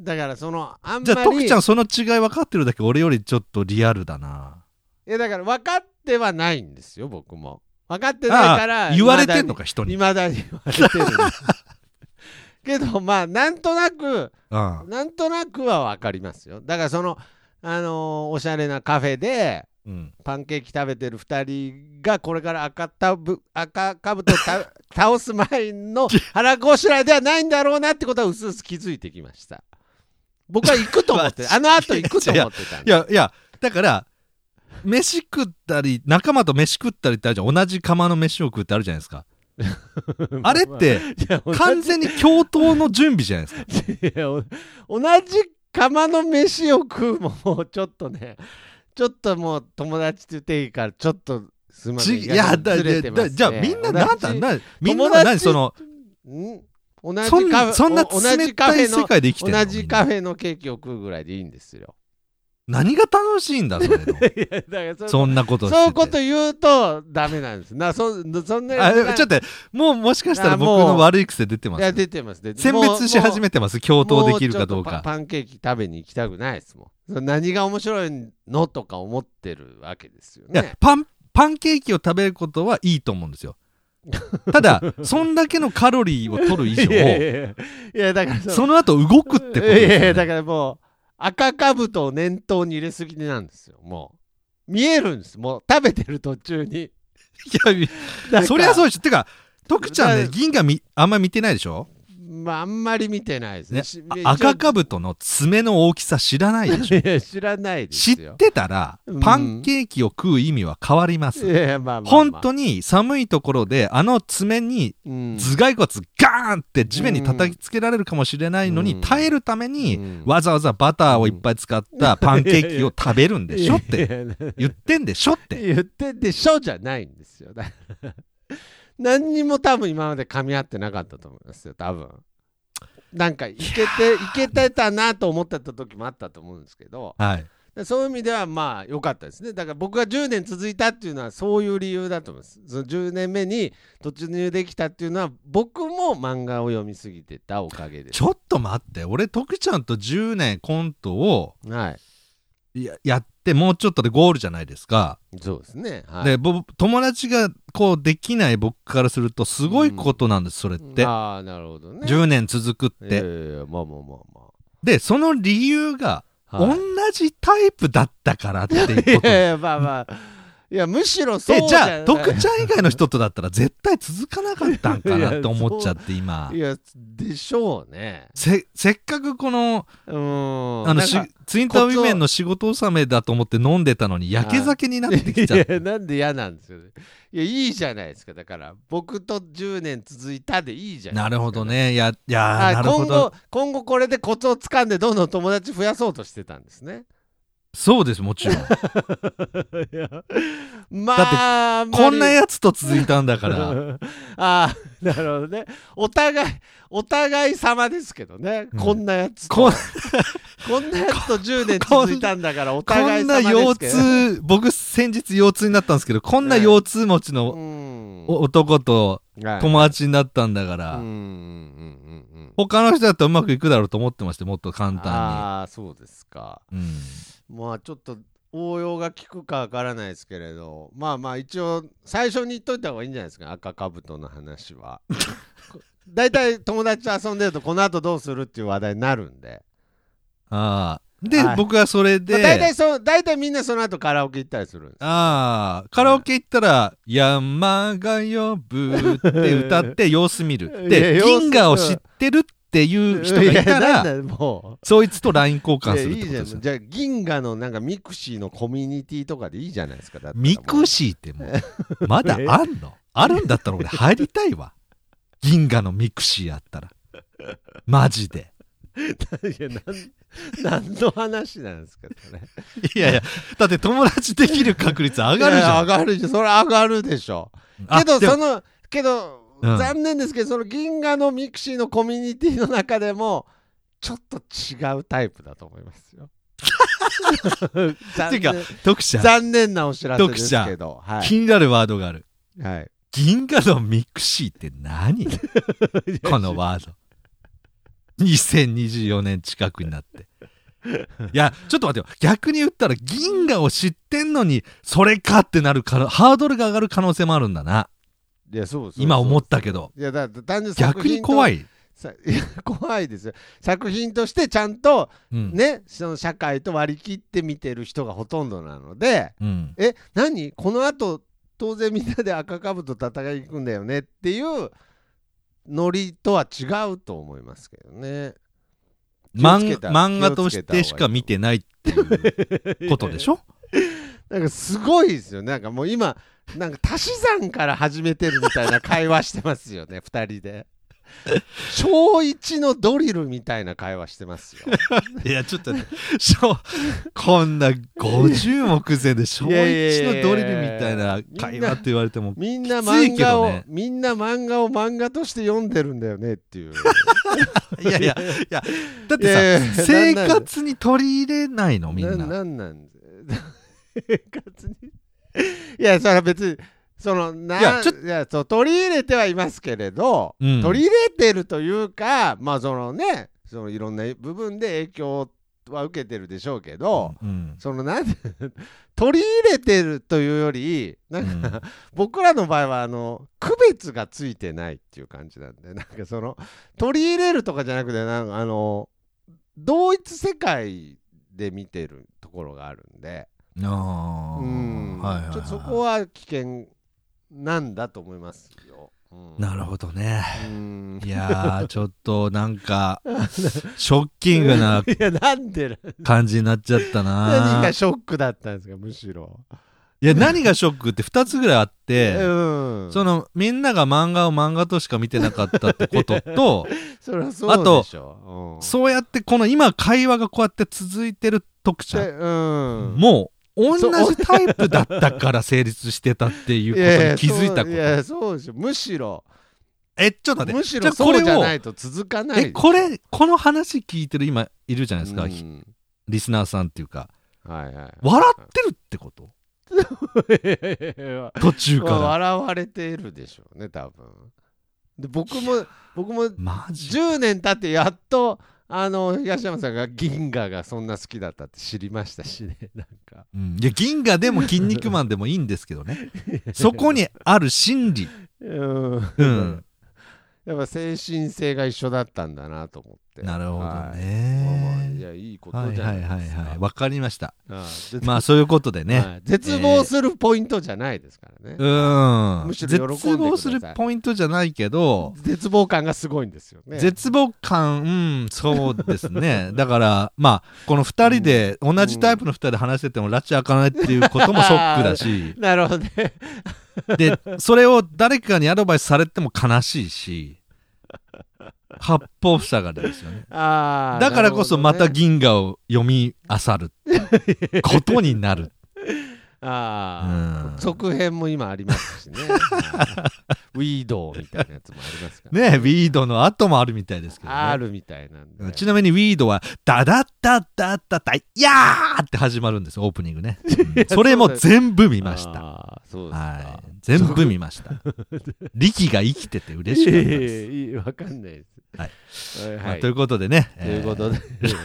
Speaker 2: だからそのあんまり
Speaker 1: じゃあ徳ちゃんその違い分かってるだけ俺よりちょっとリアルだない
Speaker 2: やだから分かってはないんですよ僕も分かってないから
Speaker 1: ああ言われてんのか人に
Speaker 2: いまだに言われてる [LAUGHS] けどまあなんとなく
Speaker 1: うん
Speaker 2: なんとなくは分かりますよだからそのあのーおしゃれなカフェで
Speaker 1: うん
Speaker 2: パンケーキ食べてる2人がこれから赤たぶ赤かぶとた [LAUGHS] 倒す前の腹ごしらえではないんだろうなってことはうすうす気づいてきました僕は行くと思って
Speaker 1: [LAUGHS]
Speaker 2: あのあと行くと思ってたん
Speaker 1: い
Speaker 2: で
Speaker 1: やいやだから飯食ったり仲間と飯食ったりってあるじゃん同じ釜の飯を食うってあるじゃないですかあれって
Speaker 2: いや同じ
Speaker 1: 完全に共闘の準備じゃないです
Speaker 2: [LAUGHS]
Speaker 1: か
Speaker 2: いやお同じ釜の飯を食うももうちょっとねちょっともう友達って言っていいからちょっとすみません
Speaker 1: ちいやだ
Speaker 2: ずれ
Speaker 1: だ
Speaker 2: てますね
Speaker 1: だじゃあみんななんだ
Speaker 2: 同じ
Speaker 1: なみんなは
Speaker 2: 友
Speaker 1: 何
Speaker 2: 達
Speaker 1: その
Speaker 2: ん同じ
Speaker 1: そん
Speaker 2: カフェ
Speaker 1: そんな
Speaker 2: お同
Speaker 1: 冷
Speaker 2: じカ
Speaker 1: た
Speaker 2: フ
Speaker 1: い
Speaker 2: ェ
Speaker 1: 世
Speaker 2: の
Speaker 1: 界で生きてるの
Speaker 2: 同じカ
Speaker 1: みんな
Speaker 2: フェのケーキを食うぐらいでいいんですよ。
Speaker 1: 何が楽 [LAUGHS] しいんだ
Speaker 2: [LAUGHS]
Speaker 1: それの
Speaker 2: いやだからそ
Speaker 1: そんなことしてて
Speaker 2: そういうこと言うとダメなんです。なそそんな
Speaker 1: あえちょっともうもしかしたら僕
Speaker 2: あも
Speaker 1: の
Speaker 2: う
Speaker 1: 悪い癖出てま
Speaker 2: いや
Speaker 1: す
Speaker 2: 出てます。
Speaker 1: 選別し始めてます共闘できるかどう
Speaker 2: もちょっとパ
Speaker 1: か
Speaker 2: パンケーキ食べに行きたくないですもんそれ何が面白いのとか思ってるわけですよ
Speaker 1: いや
Speaker 2: ね
Speaker 1: パンパンケーキを食べることはいいと思うんですよた
Speaker 2: [LAUGHS]
Speaker 1: だそんだけのカロリーを取る以
Speaker 2: いやい
Speaker 1: 上
Speaker 2: やいやいやだから
Speaker 1: その後動くってこと
Speaker 2: いやいや
Speaker 1: ですよ
Speaker 2: だ
Speaker 1: ね
Speaker 2: からもう赤かぶとを念頭に入れすぎなんですよもう見えるんですもう食べてる途
Speaker 1: [LAUGHS]
Speaker 2: 中に
Speaker 1: いやそりゃそう
Speaker 2: う
Speaker 1: でしょてか徳ちゃん
Speaker 2: だ
Speaker 1: ね銀河みあんま見てないでしょ
Speaker 2: まああんまり見てないですね
Speaker 1: ね
Speaker 2: し
Speaker 1: あ
Speaker 2: 一応
Speaker 1: 赤かぶとの爪の大きさ知らないでしょ
Speaker 2: いや知らないです
Speaker 1: 知
Speaker 2: よ
Speaker 1: ってたら
Speaker 2: うん
Speaker 1: パンケーキを食う意味は変わります
Speaker 2: いやいやまあまあまあ
Speaker 1: 本当に寒いところであの爪に
Speaker 2: うん
Speaker 1: 頭蓋骨ガーンって地面に叩きつけられるかもしれないの
Speaker 2: う
Speaker 1: に
Speaker 2: ん
Speaker 1: 耐えるために
Speaker 2: うん
Speaker 1: わざわざバターをいっぱい使ったパンケーキを食べるんでしょっ
Speaker 2: い
Speaker 1: て
Speaker 2: やいや
Speaker 1: 言ってんでしょって
Speaker 2: 言ってでしょじゃないんですよだ [LAUGHS] から何にも多分今まで噛み合ってなかったと思いますよ多分なんかいけていけてたなと思ってた時もあったと思うんですけど
Speaker 1: はい
Speaker 2: でそういう意味ではまあ良かったですねだから僕が10年続いたっていうのはそういう理由だと思いますその10年目に突入できたっていうのは僕も漫画を読みすぎてたおかげです
Speaker 1: ちょっと待って俺徳ちゃんと10年コントを
Speaker 2: はい
Speaker 1: ややってもうちょっとでゴールじゃないですか
Speaker 2: そうですねはい
Speaker 1: でぼ友達がこうできない僕からするとすごいことなんですそれって
Speaker 2: ああなるほどね
Speaker 1: 10年続くっ
Speaker 2: いやい
Speaker 1: て
Speaker 2: やいやまあまあまあ
Speaker 1: でその理由が
Speaker 2: まあ、は
Speaker 1: 同
Speaker 2: い
Speaker 1: じタイプだったからっていうこと
Speaker 2: [LAUGHS] いやいやまあまあいやむしろそう
Speaker 1: えじ
Speaker 2: ゃ
Speaker 1: ゃあ徳ちゃん以外の人とだったら絶対続かなかったんかなって思っちゃって今
Speaker 2: いやでしょうね
Speaker 1: せせっかくこの
Speaker 2: うーん
Speaker 1: あの
Speaker 2: なん
Speaker 1: し
Speaker 2: か
Speaker 1: ツインターウィメンの仕事納めだと思って飲んでたのにやけ酒になってきち
Speaker 2: [LAUGHS]
Speaker 1: ゃっ
Speaker 2: いや
Speaker 1: て
Speaker 2: なんで嫌なんですよねいやいいじゃないですかだから僕と10年続いたでいいじゃな
Speaker 1: な
Speaker 2: いですか
Speaker 1: るほどねいやいや
Speaker 2: あ
Speaker 1: ーなるほ
Speaker 2: 今
Speaker 1: ど
Speaker 2: 後今後これでコツをつかんでどんどん友達増やそうとしてたんです
Speaker 1: [LAUGHS]
Speaker 2: ね
Speaker 1: そうですもち
Speaker 2: [LAUGHS]
Speaker 1: ろん
Speaker 2: いやまああんまり
Speaker 1: こんなやつと続いたんだから
Speaker 2: ああなるほどねお互いお互い様ですけどね、
Speaker 1: うん
Speaker 2: こんなやつと
Speaker 1: こん
Speaker 2: [LAUGHS] こんなやつと10年続いたんだから [LAUGHS] お
Speaker 1: こ
Speaker 2: 互い
Speaker 1: んな
Speaker 2: 様ですけど
Speaker 1: 腰痛僕先日腰痛になったんですけどこんな腰痛持ちの
Speaker 2: うん
Speaker 1: お男と
Speaker 2: はい
Speaker 1: 友達になったんだから、
Speaker 2: うんうんうんうんうん
Speaker 1: 他の人だったらうまくいくだろうと思ってましてもっと簡単
Speaker 2: ああそうですか
Speaker 1: に、うん、
Speaker 2: まあちょっと応用が効くかわからないですけれどまあまあ一応最初に言っといた方がいいんじゃないですか赤かぶとの
Speaker 1: [LAUGHS]
Speaker 2: 話はこ大体友達と遊んでるとこの後どうするっていう話題になるんで
Speaker 1: ああで、
Speaker 2: はい
Speaker 1: 僕はそれで、
Speaker 2: まあ、大体そう大体みんなその後カラオケ行ったりするんです
Speaker 1: ああカラオケ行ったら「山が呼ぶ」って歌って様子見る
Speaker 2: [LAUGHS] いや
Speaker 1: で
Speaker 2: 様子見る
Speaker 1: 銀河を知ってるっていう人がいた
Speaker 2: やな
Speaker 1: ら
Speaker 2: んだも
Speaker 1: そいつと LINE 交
Speaker 2: うい
Speaker 1: 換
Speaker 2: や
Speaker 1: するっ
Speaker 2: い
Speaker 1: てこ
Speaker 2: い
Speaker 1: と
Speaker 2: じゃん
Speaker 1: ですよ
Speaker 2: じゃあ銀河のなんかミクシーのコミュニティとかでいいじゃないですかだったらもう
Speaker 1: ミクシーってもうまだあんのあるんだったら俺入りたいわ銀河のミクシーあったらマジで
Speaker 2: [LAUGHS] いやなん [LAUGHS] 何の話なんですかそれ
Speaker 1: いやいやだって友達できる確率上がるじ
Speaker 2: い
Speaker 1: ゃ
Speaker 2: や
Speaker 1: ん
Speaker 2: 上がるじゃんそれ上がるでしょ
Speaker 1: あ
Speaker 2: けど
Speaker 1: でも
Speaker 2: そのけど、
Speaker 1: うん
Speaker 2: 残念ですけどその銀河のミクシーのコミュニティの中でもちょっと違うタイプだと思いますよ
Speaker 1: [LAUGHS]
Speaker 2: 残
Speaker 1: てか
Speaker 2: 念
Speaker 1: 読者
Speaker 2: 残念なお知らせですけど、は
Speaker 1: 気になるワードがある
Speaker 2: いはい、
Speaker 1: [LAUGHS] 銀河のミクシーって何このワード2024年近くになって。いや、ちょっと待ってよ。逆に言ったら、銀河を知ってんのに、それかってなるから、ハードルが上がる可能性もあるんだな。
Speaker 2: いやそうそうそう
Speaker 1: 今思ったけど。
Speaker 2: いやだだ単純
Speaker 1: 逆に怖
Speaker 2: い
Speaker 1: い。
Speaker 2: いや怖いですよ作品としてちゃんと
Speaker 1: うん。
Speaker 2: ね、その社会と割り切って見てる人がほとんどなので
Speaker 1: うん。
Speaker 2: え何このあと当然みんなで赤かぶと戦いに行くんだよねっていうノリとは違うと思いますけどね
Speaker 1: 漫
Speaker 2: 気をつけた
Speaker 1: 漫画としてしか見てないっていう [LAUGHS] ことでし
Speaker 2: [LAUGHS]
Speaker 1: ょ
Speaker 2: なんかすごいですよねなんかもう今なんか足し算から始めてるみたいな会話してますよね二人で小一のドリルみたいな会話してますよ
Speaker 1: いや、ちょっと [LAUGHS] ね、しょこんな50目前で小一
Speaker 2: いやいやいやい
Speaker 1: の
Speaker 2: や
Speaker 1: ドリルみたいな会話って言われても、
Speaker 2: みんな
Speaker 1: きつい
Speaker 2: 漫
Speaker 1: け
Speaker 2: 画
Speaker 1: ど
Speaker 2: を、
Speaker 1: ね
Speaker 2: みんな漫画を漫画として読んでるんだよねっていう
Speaker 1: い
Speaker 2: [LAUGHS]
Speaker 1: やいや、いや、だっ
Speaker 2: いや
Speaker 1: て
Speaker 2: いやいや
Speaker 1: さ、生活に取り入れないの、みんな。
Speaker 2: んなん生活に [LAUGHS] いやそれは別にそのない
Speaker 1: いや
Speaker 2: や
Speaker 1: ちょ
Speaker 2: いやそう取り入れてはいますけれど、
Speaker 1: うん
Speaker 2: 取り入れてるというかまあそのねそのいろんな部分で影響は受けてるでしょうけど、
Speaker 1: うん
Speaker 2: そのなんて [LAUGHS] 取り入れてるというよりなんか、
Speaker 1: うん
Speaker 2: 僕らの場合はあの区別がついてないっていう感じなんでなんかその取り入れるとかじゃなくてなんかあの同一世界で見てるところがあるんでう
Speaker 1: あ
Speaker 2: ん
Speaker 1: あ、はいはいはい
Speaker 2: ちょっとそこは危険なんだと思いますよ。うん
Speaker 1: なるほどね。
Speaker 2: うん
Speaker 1: いやー、ちょっとなんか、ショッキングない
Speaker 2: [LAUGHS] やなんでな
Speaker 1: 感じになっちゃった
Speaker 2: 何
Speaker 1: な
Speaker 2: が。ショックだったんですかむしろ。
Speaker 1: いや、何がショックって2つぐらいあって、
Speaker 2: うん
Speaker 1: その、みんなが漫画を漫画としか見てなかったってこと
Speaker 2: [LAUGHS]
Speaker 1: と、
Speaker 2: そりゃそうでしょ。うん
Speaker 1: そうやってこの今会話がこうやって続いてる徳ちゃん
Speaker 2: でうん
Speaker 1: もう同じタイプだったから成立してたっていうことに気づいたこ
Speaker 2: い
Speaker 1: と
Speaker 2: やいやそういやそうでしょむしろ
Speaker 1: えちょっと待って
Speaker 2: むし
Speaker 1: じゃ
Speaker 2: ろ
Speaker 1: あこ
Speaker 2: そ
Speaker 1: れ
Speaker 2: う
Speaker 1: を
Speaker 2: じゃないと続かない
Speaker 1: えこれこの話聞いてる今いるじゃないですか、ひ
Speaker 2: うん
Speaker 1: リスナーさんっていうか
Speaker 2: はいはい
Speaker 1: 笑ってるってこと
Speaker 2: って
Speaker 1: 途中か
Speaker 2: 笑われてるでしょうね多分で僕も僕も
Speaker 1: らマジ
Speaker 2: 10年経ってやっとあの東山さんが銀河がそんな好きだったって知りましたしね [LAUGHS] なんか
Speaker 1: うん、いや銀河でも「筋肉マン」でもいいんですけど
Speaker 2: [LAUGHS]
Speaker 1: ねそこにある心理
Speaker 2: うん
Speaker 1: うん
Speaker 2: やっぱ精神性が一緒だったんだなと思って
Speaker 1: なるほど
Speaker 2: はいまあまあい
Speaker 1: ね
Speaker 2: やいいこ
Speaker 1: は
Speaker 2: と
Speaker 1: い
Speaker 2: じゃ
Speaker 1: は
Speaker 2: ない
Speaker 1: い
Speaker 2: ですか
Speaker 1: はいはいわかりました
Speaker 2: はいで
Speaker 1: まあそういうことでね、
Speaker 2: はい絶望するポイントじゃないですからね、
Speaker 1: うん
Speaker 2: むしろ喜んでください
Speaker 1: 絶望するポイントじゃないけど、
Speaker 2: 絶望感がすごいんですよね、
Speaker 1: 絶望感、うん、そうですね。だから、まあ、この2人で、同じタイプの2人で話してても、拉致開かないっていうこともショックだし
Speaker 2: なるほどね
Speaker 1: [LAUGHS] で、それを誰かにアドバイスされても悲しいし、八方塞がりですよね。
Speaker 2: あー
Speaker 1: だからこそ、また
Speaker 2: なるほどね
Speaker 1: 銀河を読み漁ることになる。
Speaker 2: あー、
Speaker 1: うん
Speaker 2: 続編も今あります
Speaker 1: [LAUGHS]
Speaker 2: しねウィードみたいなやつもありますから
Speaker 1: ねウィードの後もあるみたいですけどね。
Speaker 2: あるみたいなんで
Speaker 1: ちなみにウィードは「ダダッダッダッダッダイヤー!」って始まるんですオープニングね、うんそれも全部見ました
Speaker 2: たそうですか、
Speaker 1: はい全部見ました [LAUGHS] 力が生きてて嬉しかったです、
Speaker 2: いいいいわかんないですはい、
Speaker 1: まあということでね、
Speaker 2: ということ
Speaker 1: で、
Speaker 2: で、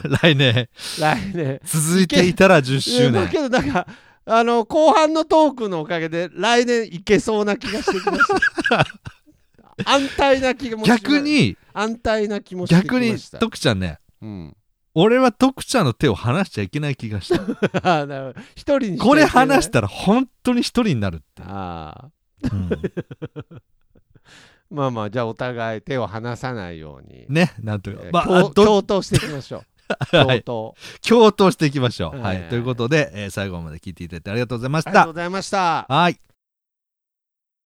Speaker 1: [LAUGHS] 来年
Speaker 2: 来年
Speaker 1: 続いていたら10周
Speaker 2: いやだ
Speaker 1: 年
Speaker 2: けどなんかあの後半のトークのおかげで来年いけそうな気がしてきました
Speaker 1: [LAUGHS]
Speaker 2: 安泰な気がもうし
Speaker 1: 逆に
Speaker 2: 安泰な気もしてき
Speaker 1: 逆
Speaker 2: ま
Speaker 1: に
Speaker 2: した
Speaker 1: 徳ちゃんね
Speaker 2: うん、
Speaker 1: 俺は徳ちゃんの手を離しちゃいけない気が
Speaker 2: [LAUGHS]
Speaker 1: した
Speaker 2: あなるほど一人にして
Speaker 1: これ話したら本当に一人になるって、
Speaker 2: ああ [LAUGHS]
Speaker 1: うん
Speaker 2: まあまあじゃあお互い手を離さないように、
Speaker 1: ねなんと
Speaker 2: え
Speaker 1: か
Speaker 2: ー、
Speaker 1: まあ
Speaker 2: 共
Speaker 1: あど
Speaker 2: 共闘していきましょう
Speaker 1: [LAUGHS] は
Speaker 2: 共
Speaker 1: い
Speaker 2: 闘、
Speaker 1: 共闘していきましょう。
Speaker 2: はい
Speaker 1: はい、ということで、えー最後まで聞いていただいてありがとうございまし
Speaker 2: ありがと
Speaker 1: た。
Speaker 2: うございました
Speaker 1: はい。